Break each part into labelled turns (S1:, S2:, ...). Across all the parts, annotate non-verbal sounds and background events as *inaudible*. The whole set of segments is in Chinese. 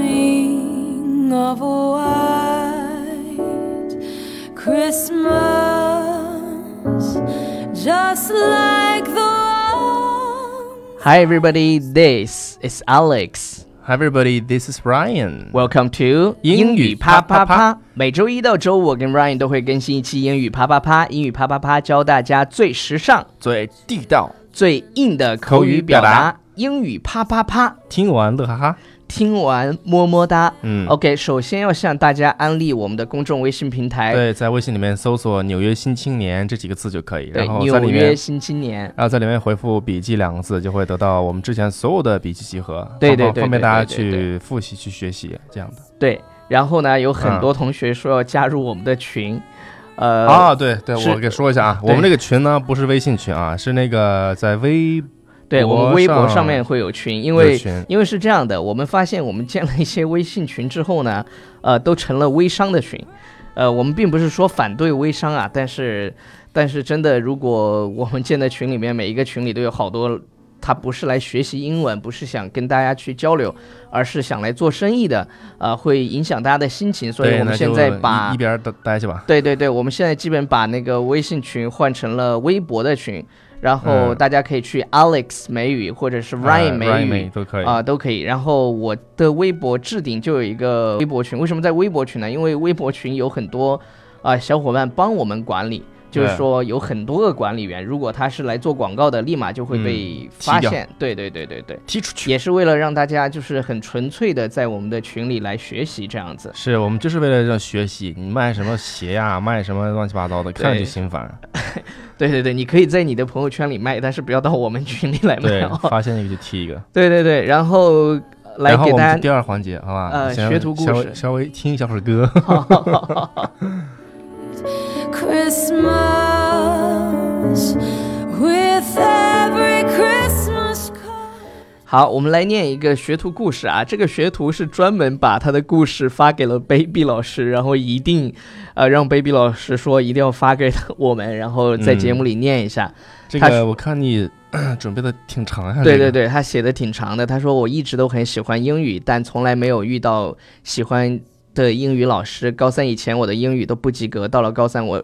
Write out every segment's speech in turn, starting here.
S1: dreaming of a white Christmas, just like the one
S2: Hi, everybody. This is Alex.
S3: Hi everybody, this is Ryan.
S2: Welcome to
S3: 英语啪啪啪。
S2: 每周一到周五，我跟 Ryan 都会更新一期英语啪啪啪。英语啪啪啪教大家最时尚、
S3: 最地道，
S2: 最硬的口语表达。英语啪啪啪，
S3: 听完乐哈哈。
S2: 听完么么哒。
S3: 嗯
S2: OK，首先要向大家安利我们的公众微信平台，
S3: 对，在微信里面搜索“纽约新青年”这几个字就可以，
S2: 对
S3: 然后在
S2: 纽
S3: 里
S2: 约
S3: 面，
S2: 新青年。
S3: 然后在里面回复“笔记”两个字，就会得到我们之前所有的笔记集合，
S2: 对对
S3: 然后
S2: 对
S3: 方便
S2: 对
S3: 大家
S2: 对对
S3: 去复习、去学习这样的。
S2: 对，然后呢，有
S3: 嗯
S2: 很多同学说要加入我们的群，呃，
S3: 啊，对对，
S2: 是
S3: 我给说一下啊，
S2: 对
S3: 我们这个群呢不是微信群啊，是那个在微
S2: 对我们
S3: 博
S2: 微博
S3: 上
S2: 上面会有群，因为
S3: 有群
S2: 因为是这样的，我们发现我们建了一些微信群之后呢，呃，都成了微商的群，呃，我们并不是说反对微商啊，但是但是真的，如果 *laughs* 我们建的群里面每一个群里都有好多。他不是来学习英文，不是想跟大家去交流，而是想来做生意的，呃，会影响大家的心情。所以
S3: 对，
S2: 我
S3: 那
S2: 们现
S3: 就
S2: 在把
S3: 一一边儿待待去吧。
S2: 对对对，我们现在基本把那个微信群换成了微博的群，然后
S3: 嗯
S2: 大家可以去 Alex 美语或者是
S3: 呃
S2: Ryan
S3: ，Ryan
S2: 美
S3: 美
S2: 语
S3: 都可以
S2: 啊、都可以。然后我的微博置顶就有一个微博群，为什么在微博群呢？因为微博群有很多啊、小伙伴帮我们管理。就是
S3: 对
S2: 说有很多个管理员，如果他是来做广告的，立马就会被
S3: 嗯踢
S2: 发
S3: 掉
S2: 现。对对对对对，
S3: 踢出去。
S2: 也是为了让大家就是很纯粹的在我们的群里来学习这样子。
S3: 是我们就是为了让学习，你卖什么鞋
S2: *laughs*
S3: 呀、卖什么乱七八糟的，看着就心烦。
S2: 对对对，你可以在你的朋友圈里卖，但是不要到我们群里来卖
S3: 对，
S2: 哦。
S3: 发现一个就踢一个。
S2: *laughs* 对对对，然后呃来
S3: 然后
S2: 给
S3: 我们
S2: 大
S3: 第
S2: 家。
S3: 二环节，好吧？
S2: 呃
S3: 先
S2: 学徒故
S3: 稍微
S2: 事
S3: 稍微听一小会
S2: *laughs*
S3: 儿歌。
S1: Christmas with every Christmas card.
S2: 好，我们来念一个学徒故事啊。这个学徒是专门把他的故事发给了 baby 老师，然后一定，呃，让 baby 老师说一定要发给我们，然后在节目里念一下。
S3: 这
S2: 他
S3: 个我看你 *clears throat* 咳准备的挺长呀、
S2: 对
S3: 这
S2: 对
S3: 个，
S2: 对，他写的挺长的。他说我一直都很喜欢英语，但从来没有遇到喜欢的英语老师。高三以前我的英语都不及格，到了高三我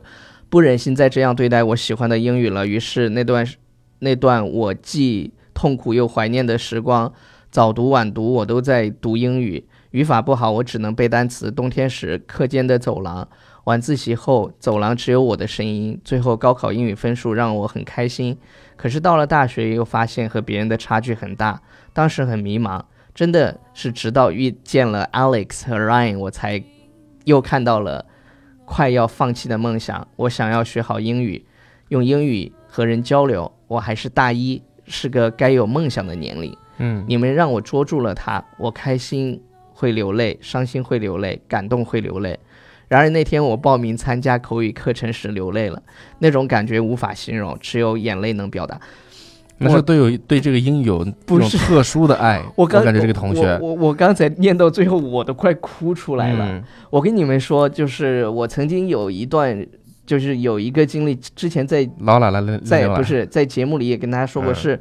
S2: 不忍心再这样对待我喜欢的英语了。于是那段时那段我既痛苦又怀念的时光，早读晚读我都在读英语。语法不好，我只能背单词。冬天时，课间的走廊，晚自习后，走廊只有我的声音。最后高考英语分数让我很开心，可是到了大学，又发现和别人的差距很大，当时很迷茫，真的是直到遇见了 Alex 和 Ryan，我才又看到了快要放弃的梦想。我想要学好英语，用英语和人交流。我还是大一，是个该有梦想的年龄。
S3: 嗯，
S2: 你们让我捉住了他，我开心会流泪，伤心会流泪，感动会流泪。然而那天我报名参加口语课程时流泪了，那种感觉无法形容，只有眼泪能表达。
S3: 那
S2: 我
S3: 是对有对这个音有
S2: 不
S3: 一种
S2: 是
S3: 特殊的
S2: *laughs*
S3: 爱。我
S2: 刚
S3: 感觉这个同学
S2: 我我我刚才念到最后，我都快哭出来了。
S3: 嗯
S2: 我跟你们说，就是我曾经有一段，就是有一个经历，之前在
S3: 老奶奶了，
S2: 在
S3: 另外
S2: 不是在节目里也跟大家说过，
S3: 嗯
S2: 是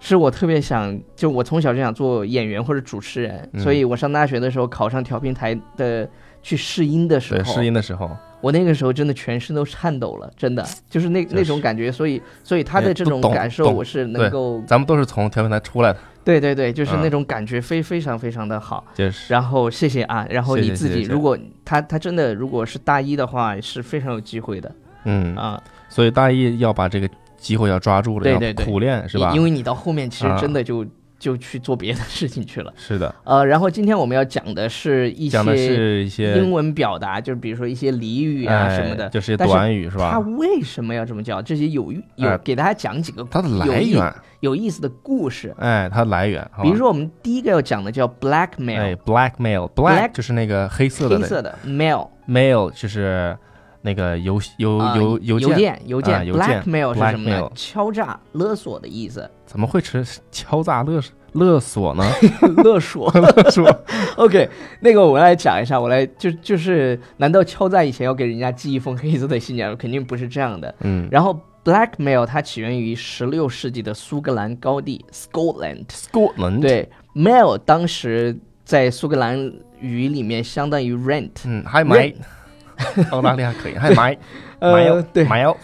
S2: 是我特别想，就我从小就想做演员或者主持人，
S3: 嗯
S2: 所以我上大学的时候考上调频台的去试音的时
S3: 对
S2: 候
S3: 试，音的时候，
S2: 我那个时候真的全身都颤抖了，真的就是那
S3: 就是
S2: 那种感觉，所以所以他的
S3: 也
S2: 这种
S3: 懂
S2: 感受
S3: 懂
S2: 我是能
S3: 对
S2: 够
S3: 咱们都是从调频台出来的，
S2: 对对对，就是
S3: 嗯
S2: 那种感觉非非常非常的好。
S3: 就是
S2: 然后谢谢啊，然后
S3: 谢谢
S2: 你自己
S3: 谢谢
S2: 如果他他真的如果是大一的话是非常有机会的
S3: 嗯，
S2: 啊，
S3: 所以大一要把这个机会要抓住了，
S2: 对
S3: 要
S2: 对对
S3: 苦练是吧
S2: 因？因为你到后面其实
S3: 啊
S2: 真的就、就去做别的事情去了。 *laughs*
S3: 是的，
S2: 呃，然后今天我们要讲的是一
S3: 讲的
S2: 些
S3: 是一些
S2: 英文表达，就是比如说一些俚语啊
S3: 哎
S2: 什么的，
S3: 就是
S2: 但是
S3: 短语是
S2: 它
S3: 吧？
S2: 为什么要这么叫？这些有有
S3: 哎
S2: 给大家讲几个
S3: 它的
S2: 有
S3: 来
S2: 意
S3: 源，
S2: 有意思的故事，
S3: 哎，它的来源，好吧
S2: 比如，说我们第一个要讲的叫 blackmail，、
S3: 哎，blackmail，black
S2: Black-
S3: 就是那个黑色的
S2: 黑
S3: 那
S2: 色的 mail。
S3: mail 就是那个邮邮
S2: 啊
S3: 邮
S2: 邮
S3: 件，
S2: 件邮
S3: 啊邮件
S2: blackmail 是什么呢
S3: blackmail？
S2: 敲诈勒索的意思，
S3: 怎么会吃敲诈勒勒
S2: *laughs*
S3: 索呢？
S2: 勒 *laughs* 索。
S3: *laughs* 勒索，
S2: OK，那个我来讲一下，我来就就是，难道敲诈以前要给人家寄一封黑色的信件？肯定不是这样的。
S3: 嗯
S2: 然后 blackmail 它起源于16世纪的苏格兰高地 Scotland，
S3: ，Scotland，
S2: 对 mail 当时在苏格兰语里面相当于 rent，
S3: 嗯，还埋， *laughs* 澳大利亚可以，还埋，埋
S2: 呃
S3: 油，
S2: 对
S3: 埋油，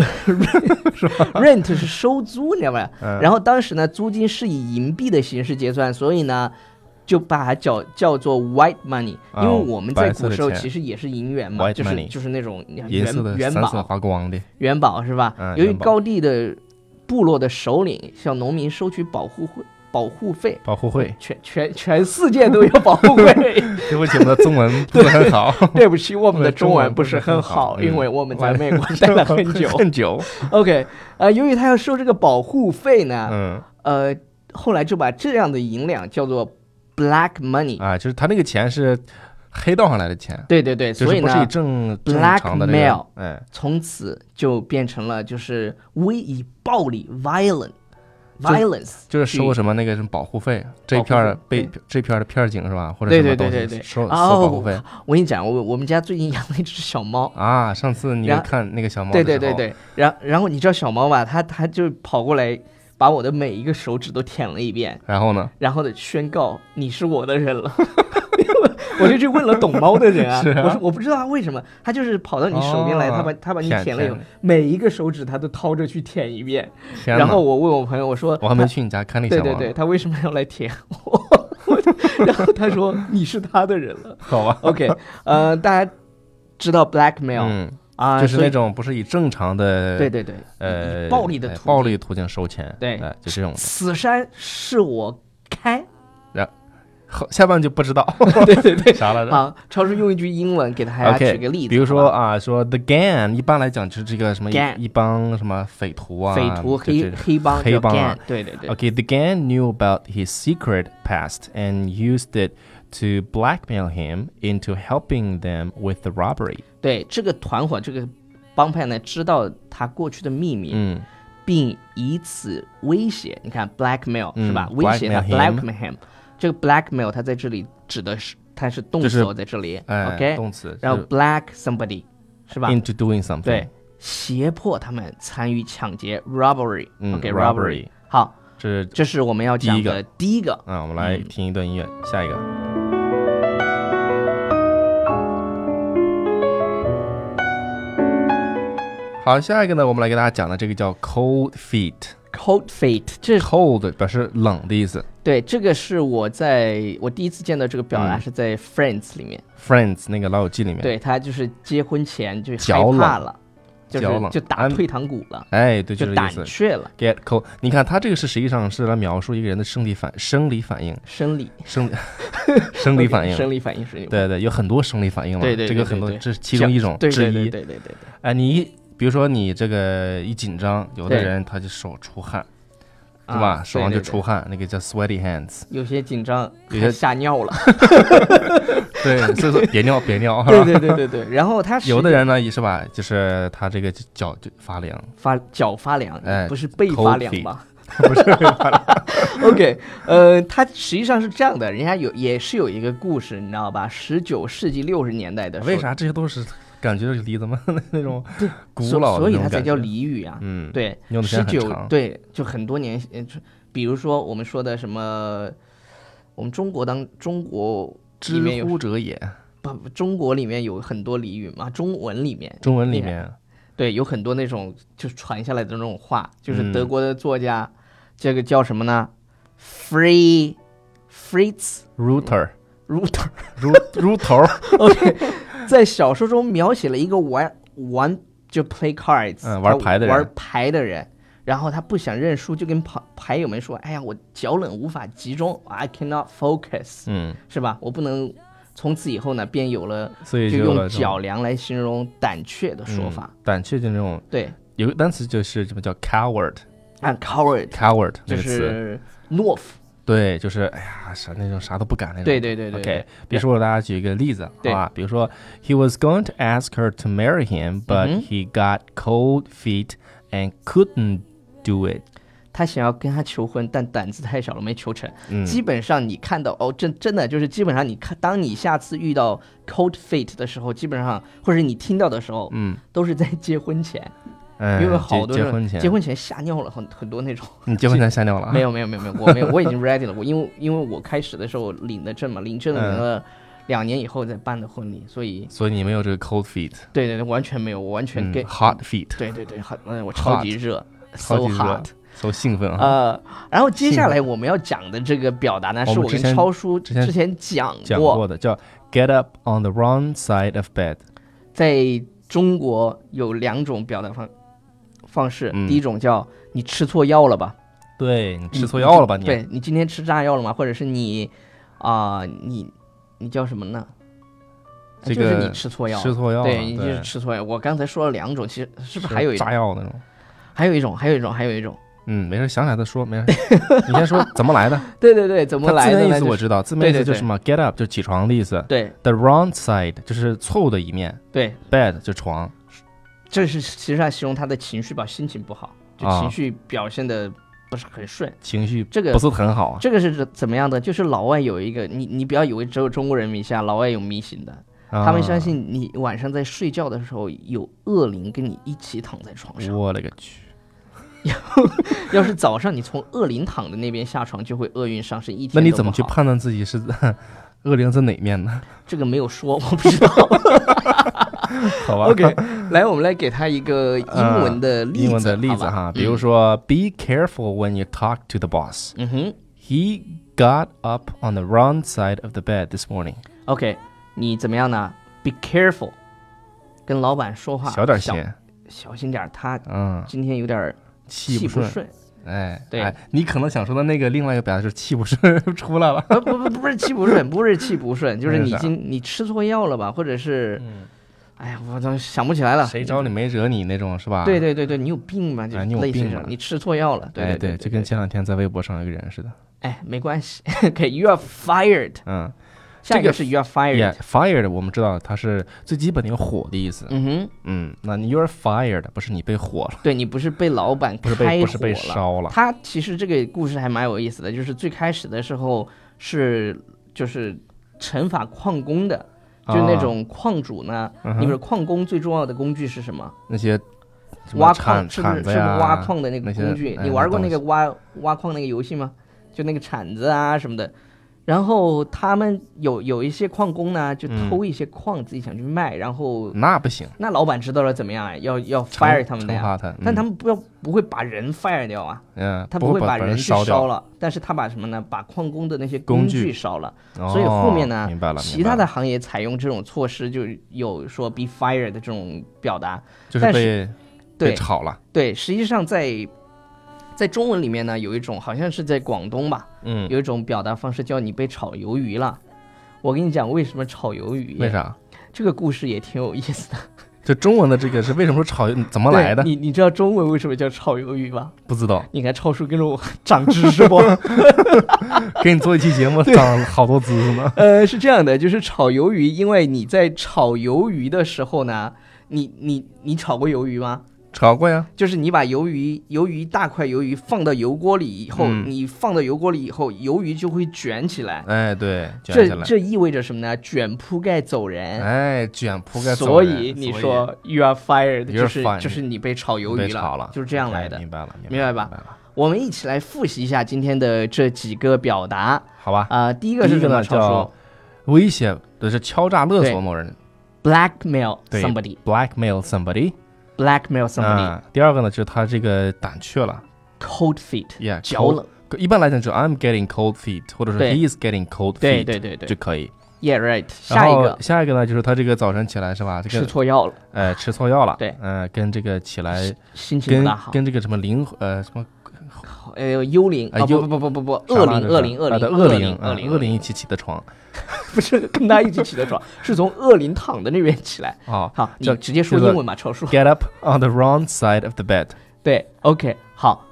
S3: *laughs*
S2: ，rent 是收租，你知道吧？
S3: 嗯，
S2: 然后当时呢，租金是以银币的形式结算，所以呢，就把它叫叫做 white money，因
S3: 啊
S2: 为我们在
S3: 白色
S2: 古
S3: 的
S2: 时候
S3: 钱
S2: 其实也是银元嘛，
S3: White
S2: 就是
S3: money
S2: 就是那种元
S3: 银色的，
S2: 元
S3: 三色
S2: 宝
S3: 发光的，
S2: 元宝是吧？
S3: 嗯
S2: 由于
S3: 元宝
S2: 高地的部落的首领向农民收取保护费，保护费。
S3: 保护会。 *laughs*
S2: 全全全世界都有保护费，
S3: 对不起，我们的中文不是很好，
S2: 对不起，我们的
S3: 中
S2: 中文
S3: 文
S2: 不
S3: 不
S2: 是
S3: 是
S2: 很
S3: 很好
S2: 好，因
S3: 嗯
S2: 为 *laughs* 我们在美国待了
S3: *laughs*
S2: 很久。*laughs*
S3: 很久，
S2: OK，呃，由于他要收这个保护费呢，
S3: 嗯
S2: 呃，后来就把这样的银两叫做 black money。
S3: 啊，就是他那个钱是黑道上来的钱，
S2: 对对对，
S3: 就
S2: 所以
S3: 是不是以
S2: 呢，
S3: 正正常的那
S2: blackmail
S3: 个，哎，
S2: 从此就变成了就是威以暴力 violent
S3: 就是
S2: violence，
S3: 就是收
S2: 去
S3: 什么那个什么保护费，这一
S2: 保护
S3: 片儿
S2: 费
S3: 被这片儿的片儿警是吧？或者
S2: 对
S3: 什
S2: 对
S3: 么东
S2: 对
S3: 西
S2: 对对
S3: 收收
S2: 哦
S3: 保护
S2: *laughs*
S3: 费
S2: 我跟你讲，我我们家最近养了一只小猫。
S3: 啊？上次你
S2: 然
S3: 看那个小猫，
S2: 对对对，对，然然后你知道小猫吧？它它就跑过来，把我的每一个手指都舔了一遍，
S3: 然后呢？
S2: 然后呢宣告你是我的人
S3: *laughs*
S2: 了。我就去问了懂猫的人啊，
S3: 是啊
S2: 我说我不知道它为什么，它就是跑到你手边来，
S3: 哦
S2: 它把它把你
S3: 舔
S2: 舔了以后
S3: 舔，
S2: 每一个手指它都掏着去舔一遍。
S3: 天
S2: 然
S3: 哪
S2: 后我问我朋友，我说
S3: 我还没
S2: 它
S3: 去你啊家看那个
S2: 对
S3: 小猫
S2: 对对，
S3: 呢，
S2: 他为什么要来舔我？ *laughs* 然后他说你是他的人了。
S3: 好吧，
S2: OK，呃，大家知道 blackmail
S3: 嗯，
S2: 啊，
S3: 就是
S2: 所以
S3: 那种不是以正常的
S2: 对对对，
S3: 呃
S2: 以暴力的
S3: 哎
S2: 途
S3: 暴
S2: 径
S3: 力途径收钱，
S2: 对
S3: 哎就这种。
S2: 此山是我
S3: *laughs*
S2: 开。
S3: 好，下半句不知道 *laughs*
S2: 对对对，
S3: 啥来着。
S2: *laughs* 好，超叔用一句英文给大家
S3: OK，
S2: 举个例子，
S3: 比如
S2: 好
S3: 说
S2: 吧
S3: 啊，说 the gang，一般来讲就是这个什么
S2: Gang
S3: 一一帮什么匪徒啊，
S2: 匪徒
S3: 就
S2: 黑
S3: 这
S2: 黑帮
S3: 黑
S2: 叫
S3: 帮
S2: gang，
S3: 啊
S2: 对对对
S3: Okay, the gang knew about his secret past and used it to blackmail him into helping them with the robbery.
S2: 对，这个团伙这个帮派呢，知道他过去的秘密，
S3: 嗯，
S2: 并以此威胁，你看 blackmail
S3: 嗯
S2: 是吧？威胁他
S3: blackmail him
S2: blackmail him，这个 blackmail 它在这里指的是它是动
S3: 就是
S2: 词在这里
S3: 哎，
S2: ，OK，
S3: 动词
S2: 然后
S3: 是
S2: black somebody 是吧？
S3: into doing something，
S2: 对，胁迫他们参与抢劫 robbery，OK，robbery、
S3: 嗯
S2: OK，
S3: robbery
S2: 好，
S3: 这
S2: 这是我们要讲
S3: 第一个
S2: 的第一个。
S3: 啊，我们来听一段音乐，下一个。好，下一个呢，我们来给大家讲的这个叫 cold feet。
S2: Cold feet，这
S3: cold 表示冷的意思
S2: 对这个是我在我第一次见到这个表达
S3: 嗯
S2: 是在 Friends 里面，
S3: ，Friends 那个老友记里面。，
S2: 对他就是结婚前就害
S3: 脚冷
S2: 怕了，就是
S3: 脚冷
S2: 就打
S3: 安
S2: 退堂鼓了，
S3: 哎，对，就
S2: 就
S3: 这
S2: 胆
S3: 个意思。
S2: 怯了，
S3: Get cold，你看它这个是实际上是来描述一个人的生理反生理反应，
S2: 生理 *laughs*
S3: 生生理反应。
S2: 生理反应是有
S3: 对对，有很多生理反应嘛，
S2: 对对对
S3: 这个很多
S2: 对对，
S3: 这是其中一种
S2: 对
S3: 之
S2: 对
S3: 一。
S2: 对对对对
S3: 哎，你一比如说你这个一紧张，有的
S2: 对
S3: 人他就手出汗，
S2: 对，
S3: 是吧？
S2: 啊
S3: 手上就，出
S2: 对对
S3: 汗，那个叫 sweaty
S2: *laughs*
S3: hands。
S2: 对有些紧张，
S3: 有些
S2: 还吓尿
S3: *laughs*
S2: 了，
S3: 对， *laughs* 所以说别尿别
S2: *laughs*
S3: 尿。
S2: 对对对对对。然后他
S3: 有
S2: 实
S3: 的人呢，也是吧，就是他这个脚就发凉，
S2: 发脚发凉，
S3: 哎
S2: 不是背
S3: 头
S2: 发凉
S3: 皮
S2: 吧 *laughs*
S3: 不是发凉。
S2: ？OK，呃，它实际上是这样的，人家有也是有一个故事，你知道吧？十九世纪六十年代的时候，
S3: 为啥这些都是感觉就是离咱们 *laughs* 那种古
S2: 所
S3: 老的
S2: 所以
S3: 那种
S2: 它才
S3: 感
S2: 叫
S3: 觉
S2: 俚语啊。
S3: 嗯，
S2: 对
S3: 用，的时
S2: 十
S3: 间很
S2: 九
S3: 长
S2: 对，就很多年，呃就比如说我们说的什么，我们中国当中国里面
S3: 知
S2: 有
S3: 乎者也，
S2: 不不中国里面有很多俚语嘛，中文里面
S3: 中文里
S2: 厉害
S3: 面
S2: 对有很多那种就是传下来的那种话，就是
S3: 嗯
S2: 德国的作家，这个叫什么呢？Free Fritz *laughs*
S3: router
S2: Rutter
S3: root router， *laughs*
S2: 在小说中描写了一个玩玩就 play cards，、
S3: 嗯玩牌的人
S2: 玩牌的人，然后他不想认输，就跟牌牌友们说：“哎呀，我脚冷无法集中，I cannot focus，、
S3: *laughs* 嗯，
S2: 是吧？我不能。”从此以后呢，便有了
S3: 所
S2: 就
S3: 以有
S2: 用
S3: 了这种
S2: 脚凉来形容胆怯的说法。
S3: 嗯胆怯就那种
S2: 对，
S3: 有个单词就是什么叫 coward，coward
S2: 按 coward
S3: 那
S2: 就
S3: 个词，
S2: 是懦夫。
S3: 对，就是哎呀啥那种啥都不敢那种。
S2: 对对对对
S3: OK，
S2: 对
S3: 比如说我给大家举一个例子，好
S2: 对
S3: 吧？比如说，He was going to ask her to marry him, but
S2: 嗯哼
S3: he got cold feet and couldn't do it。
S2: 他想要跟他求婚，但胆子太小了，没求成。
S3: 嗯
S2: 基本上你看到哦，真真的就是基本上你看，当你下次遇到 cold fate 的时候，基本上或者你听到的时候，
S3: 嗯，
S2: 都是在结婚前。
S3: 嗯，
S2: 因为好多
S3: 结
S2: 人
S3: 结婚前，
S2: 结婚前吓尿了很很多那种。
S3: 你结婚前吓尿了
S2: *laughs*
S3: 啊？
S2: 没有没有没有没有，我没有，我已经 ready 了。我因为因为我开始的时候领的证嘛，领证领
S3: 嗯
S2: 了两年以后再办的婚礼，所以
S3: 所以你没有这个 cold feet，
S2: 对对对，完全没有，我完全
S3: 嗯
S2: 给、
S3: hot feet，
S2: 对对对，很嗯，我超级热
S3: 超
S2: ，so
S3: 级热
S2: hot。
S3: so 兴奋啊！嗯
S2: 呃，然后接下来我们要讲的这个表达呢，
S3: 我
S2: 是
S3: 们
S2: 我
S3: 之
S2: 跟
S3: 前
S2: 超叔
S3: 之前
S2: 之前讲
S3: 讲过的叫 get up on the wrong side of bed，
S2: 在中国有两种表达方方式，
S3: 嗯
S2: 第一种叫你吃错药了吧，
S3: 对你吃错药了吧你？
S2: 嗯对你今天吃炸药了吗？或者是你啊、你你叫什么呢？
S3: 这
S2: 就是
S3: 个
S2: 你吃错药了，
S3: 吃错药了，
S2: 对，你就是吃错药。我刚才说了两种，其实是不是还有一种
S3: 炸？药那种？
S2: 还有一种，还有一种，还有一种。
S3: 嗯，没事，想起来再说，没事。 *laughs* 你先说怎么来的？
S2: 对对对， *laughs* 怎么
S3: 它
S2: 来
S3: 字
S2: 的
S3: 面
S2: 呢？
S3: 意思
S2: 就
S3: 我
S2: 是
S3: 知道，字面意
S2: 对
S3: 思
S2: 对
S3: 就
S2: 对
S3: 是嘛，get up 就是起床的意思
S2: 对
S3: ，the wrong side 就是错误的一面
S2: 对，
S3: ，bed 就床。
S2: 这是其实上形容他的情绪吧，心情不好，就
S3: 啊
S2: 情绪表现的不是很顺。
S3: 情绪
S2: 这个
S3: 不是很好啊
S2: 这个是怎怎么样的？就是老外有一个，你你不要以为只有中国人迷信啊，老外有迷信的，
S3: 啊！
S2: 他们相信你晚上在睡觉的时候有恶灵跟你一起躺在床上，
S3: 啊我勒个去！
S2: 要是早上你从恶灵躺的那边下床，就会厄运上身，一天
S3: 那你
S2: 都
S3: 怎么
S2: 不
S3: 去
S2: 好
S3: 判断自己是 *laughs* 恶灵在哪面呢？ *laughs*
S2: 这个没有说，我不知道。
S3: 好吧
S2: OK，来， *laughs* 我们来给他一个英文的例子，
S3: *laughs* 啊英文的例子
S2: 好吧。
S3: 哈，比如说、b e careful when you talk to the boss.
S2: 嗯哼
S3: He got up on the wrong side of the bed this morning.
S2: ，OK，你怎么样呢？Be careful，跟老板说话
S3: 小点心，
S2: 小心点儿，他
S3: 嗯，
S2: 今天有点儿
S3: 气
S2: 不
S3: 顺。
S2: 顺。
S3: 哎，
S2: 对
S3: 哎，你可能想说的那个另外一个表达就是气不顺出来了。
S2: 呃不不不，不是气不顺，不是气不顺，就是
S3: 那是
S2: 你
S3: 啥
S2: 今你吃错药了吧，或者是，
S3: 嗯
S2: 哎呀，我都想不起来了。
S3: 谁招你没惹你那种是吧？
S2: 啊对对对对，你有病吧？就
S3: 哎你有
S2: 类似
S3: 病
S2: 这种
S3: 吧
S2: 你吃错药了。对
S3: 哎
S2: 对，
S3: 就跟前两天在微博上有一个人似的。
S2: 哎，没关系。OK，you are fired。
S3: 嗯
S2: 下一
S3: 这个
S2: 个是 you are fired。
S3: ，yeah，fired 我们知道它是最基本的有火的意思。
S2: 嗯哼，
S3: 嗯，那你 you're fired 不是你被火了，
S2: 对你不是被老板
S3: 不
S2: 开
S3: 是
S2: 火了，
S3: 被不是被烧了。
S2: 他其实这个故事还蛮有意思的，就是最开始的时候是就是惩罚矿工的，就那
S3: 啊
S2: 种矿主呢，
S3: 嗯哼
S2: 你比如矿工最重要的工具是什么？
S3: 那些什么
S2: 挖矿
S3: 铲
S2: 是不是
S3: 铲
S2: 是
S3: 子
S2: 不是
S3: 呀，
S2: 挖矿的那个
S3: 那些
S2: 工具？
S3: 哎
S2: 你玩过
S3: 那
S2: 那个挖挖矿那个游戏吗？就那个铲子啊什么的。然后他们有有一些矿工呢，就
S3: 嗯
S2: 偷一些矿自己想去卖，然后
S3: 那不行
S2: 那老板知道了怎么样啊？要要
S3: 惩
S2: fire 他们的
S3: 惩
S2: 呀。
S3: 罚他。
S2: 但
S3: 嗯
S2: 他们不要不会把人 fire 掉啊，
S3: 嗯，
S2: 他
S3: 不
S2: 不会
S3: 把
S2: 把人去
S3: 烧
S2: 烧
S3: 了，
S2: 了，但是他把什么呢？把矿工的那些
S3: 工
S2: 工
S3: 具
S2: 具烧了，
S3: 所
S2: 所以后面呢
S3: 哦明白，了，
S2: 其
S3: 明白
S2: 他
S3: 了
S2: 的行业采用这种措施，就有说 be fired 的这种表达。
S3: 就是
S2: 但
S3: 被被
S2: 对
S3: 炒了。
S2: 对，实际上在在中文里面呢，有一种好像是在广东吧，
S3: 嗯，
S2: 有一种表达方式叫你被炒鱿鱼了。我跟你讲，为什么炒鱿鱼？
S3: 为？啥？
S2: 这个故事也挺有意思的。
S3: 就中文的这个是为什么说炒怎么
S2: 对
S3: 来的？
S2: 你你知道中文为什么叫炒鱿鱼吗？
S3: 不知道，
S2: 你看超叔跟着我长知识不？ *laughs*
S3: 给你做一期节目，长好多知识呢。
S2: 呃，是这样的，就是炒鱿鱼，因为你在炒鱿鱼的时候呢，你你你炒过鱿鱼吗？
S3: 炒过呀，
S2: 就是你把鱿鱼、鱿鱼一大块鱿鱼放到油锅里以后，
S3: 嗯
S2: 你放到油锅里以后，鱿鱼就会卷起来。
S3: 哎，对，卷起
S2: 这
S3: 来，
S2: 这意味着什么呢？卷铺盖走人。
S3: 哎，卷铺盖走
S2: 所
S3: 人。
S2: 以你说 you are fired，
S3: You're
S2: 就是
S3: fired
S2: 就是你被炒鱿
S3: 被
S2: 鱼
S3: 炒
S2: 了，
S3: 了，
S2: 就是这样
S3: OK，
S2: 来的。
S3: 明白了，
S2: 明白吧
S3: 明白了，
S2: 我们一起来复习一下今天的这几个表达
S3: 好吧。
S2: 啊、第一个是
S3: 第一
S2: 什
S3: 个
S2: 么？
S3: 呢
S2: 超
S3: 叫
S2: 叔
S3: 威胁，就是敲诈勒索
S2: 对
S3: 某人
S2: blackmail
S3: 对
S2: somebody，blackmail
S3: ，blackmail somebody。
S2: somebody，cold、
S3: 啊，第二个呢，就是他这个胆怯了
S2: cold feet，
S3: ，yeah，
S2: 脚冷。
S3: cold- 一般来讲，就是 I'm getting cold feet，或者说
S2: 对
S3: He is getting cold
S2: 对
S3: feet，
S2: 对对对
S3: 就可以。
S2: ，yeah right。
S3: 然
S2: 下一
S3: 后
S2: 个
S3: 下一个呢，就是他这个早晨起来是吧？这
S2: 吃
S3: 个
S2: 错药了，
S3: 呃吃错药了，
S2: 对
S3: 呃，跟这个起来
S2: 心情
S3: 跟
S2: 不大好。
S3: 跟这个什么灵魂呃什么
S2: 呃，幽灵
S3: 啊
S2: 啊，
S3: 幽
S2: 不不不不不，
S3: 啥
S2: 恶
S3: 嘛
S2: 灵
S3: 这
S2: 恶
S3: 是
S2: 灵恶
S3: 啊
S2: 灵
S3: 对
S2: 恶
S3: 灵
S2: 灵恶
S3: 灵
S2: 灵
S3: 恶灵一起起的床
S2: 不是跟他一起起的床，是从恶灵躺的那边起来。
S3: 啊。
S2: 好，你
S3: 叫
S2: 直接说
S3: 叫做
S2: 英文吧，超叔。
S3: Get up on the wrong side of the bed。
S2: 对，OK，好，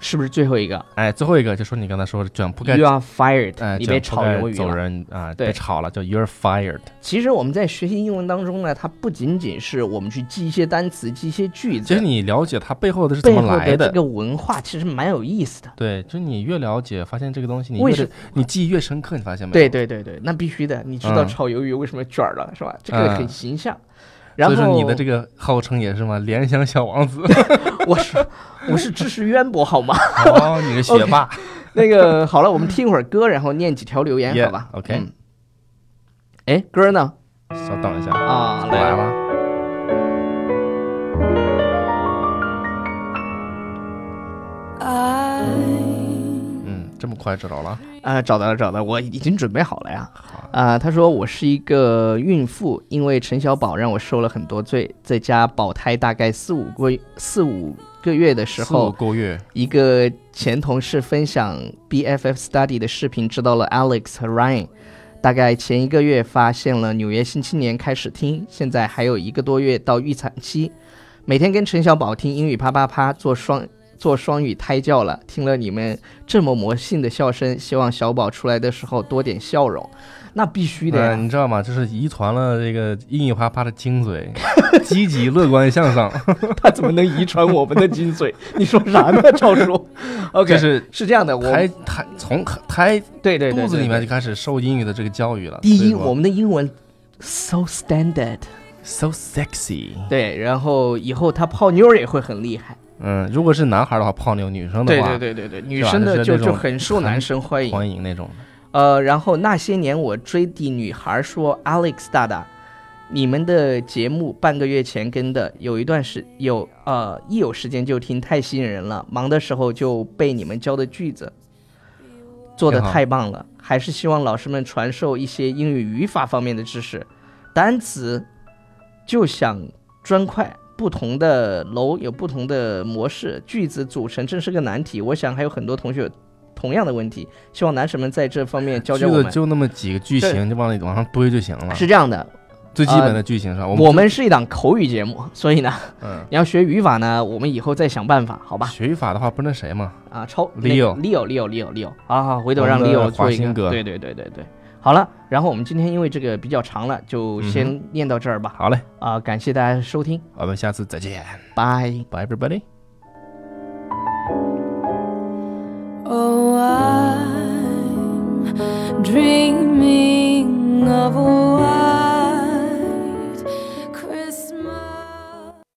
S2: 是不是最后一个
S3: 哎，最后一个就说你刚才说的卷铺盖
S2: ？You，are fired，、
S3: 哎，
S2: 你被
S3: 卷铺
S2: 炒
S3: 盖
S2: 鱿鱼
S3: 走
S2: 了。
S3: 人啊，
S2: 对
S3: 被炒了，叫 You're fired。
S2: 其实我们在学习英文当中呢，它不仅仅是我们去记一些单词、记一些句
S3: 其
S2: 子，
S3: 实你了解它背后的是怎
S2: 背
S3: 么
S2: 后
S3: 来
S2: 这
S3: 的，
S2: 个文化其实蛮有意思的。
S3: 对，就你越了解，发现这个东西你
S2: 为
S3: 越
S2: 什
S3: 是你记忆越深刻，你发现没有？
S2: 对对对对，那必须的。你知道
S3: 嗯
S2: 炒鱿鱼为什么卷儿了、是吧？这个
S3: 嗯
S2: 很形象。然
S3: 所
S2: 后
S3: 以说你的这个号称也是嘛，联想小
S2: *laughs*
S3: 王子。
S2: 我是我是知识渊博好吗？ *laughs*
S3: 哦，你是学霸。
S2: 那个好了，我们听一会儿歌，然后念几条留言
S3: *laughs* Yeah，
S2: 好吧
S3: OK
S2: 嗯哎，歌呢？
S3: 稍等一下，
S2: 啊，
S3: 我
S2: 来
S3: 来
S2: 了。
S3: 了。
S1: I
S3: 嗯，这么快找着了？
S2: 啊，找到了，找到了，我已经准备好了呀。啊、他说我是一个孕妇，因为陈小宝让我受了很多罪，在家保胎大概四五个四五个月的时
S3: 四五
S2: 候，
S3: 个月。
S2: 一个前同事分享 BFF study 的视频，知道了 Alex 和 Ryan。大概前一个月发现了《纽约新青年》，开始听，现在还有一个多月到预产期，每天跟陈小宝听英语啪啪啪，做双做双语胎教了。听了你们这么魔性的笑声，希望小宝出来的时候多点笑容。那必须的呀！
S3: 嗯，你知道吗？这是遗传了这个英语啪啪的精髓， *laughs* 积极乐观向上。
S2: *laughs* 他怎么能遗传我们的精髓？你说啥呢，赵叔？OK，
S3: 就是
S2: 是这样的，我
S3: 胎胎从胎
S2: 对对对
S3: 肚子里面
S2: 对
S3: 就开始受英语的这个教育了。
S2: 第
S3: 啊所以
S2: 一，
S3: 说
S2: 我们的英文 so standard。
S3: so sexy。
S2: 对，然后以后他泡妞儿也会很厉害。
S3: 嗯，如果是男孩的话泡妞，女生的
S2: 对
S3: 话
S2: 对对对对，女
S3: 是吧
S2: 生的
S3: 就是
S2: 就
S3: 那
S2: 就
S3: 种
S2: 很受男生欢迎。啊
S3: 欢迎那种的。
S2: 呃，然后那些年我追的女孩说，Alex 大大，你们的节目半个月前跟的，有一段时有呃一有时间就听，太吸引人了。忙的时候就背你们教的句子，做的
S3: 挺好
S2: 太棒了。还是希望老师们传授一些英语语法方面的知识，单词就想砖块。不同的楼有不同的模式，句子组成真是个难题。我想还有很多同学有同样的问题，希望男神们在这方面教教
S3: 句
S2: 我
S3: 子
S2: 们。
S3: 就那么几个句型，就往里往上堆就行了。
S2: 是这样的，
S3: 最基本的句型是吧？
S2: 我们是一档口语节目，所以呢，
S3: 嗯，
S2: 你要学语法呢，我们以后再想办法，好吧？
S3: 学语法的话，不是那谁嘛，
S2: 啊，超
S3: Leo
S2: Leo Leo Leo Leo 啊，回头让
S3: 我们的
S2: Leo 做一
S3: 华
S2: 个，
S3: 兴哥
S2: 对对对对对。好了，然后我们今天因为这个比较长了，就先念到这儿吧。
S3: 好嘞，
S2: 啊、感谢大家收听，
S3: 我们下次再见
S2: 拜。
S3: ，Bye everybody。
S1: Oh, I'm dreaming of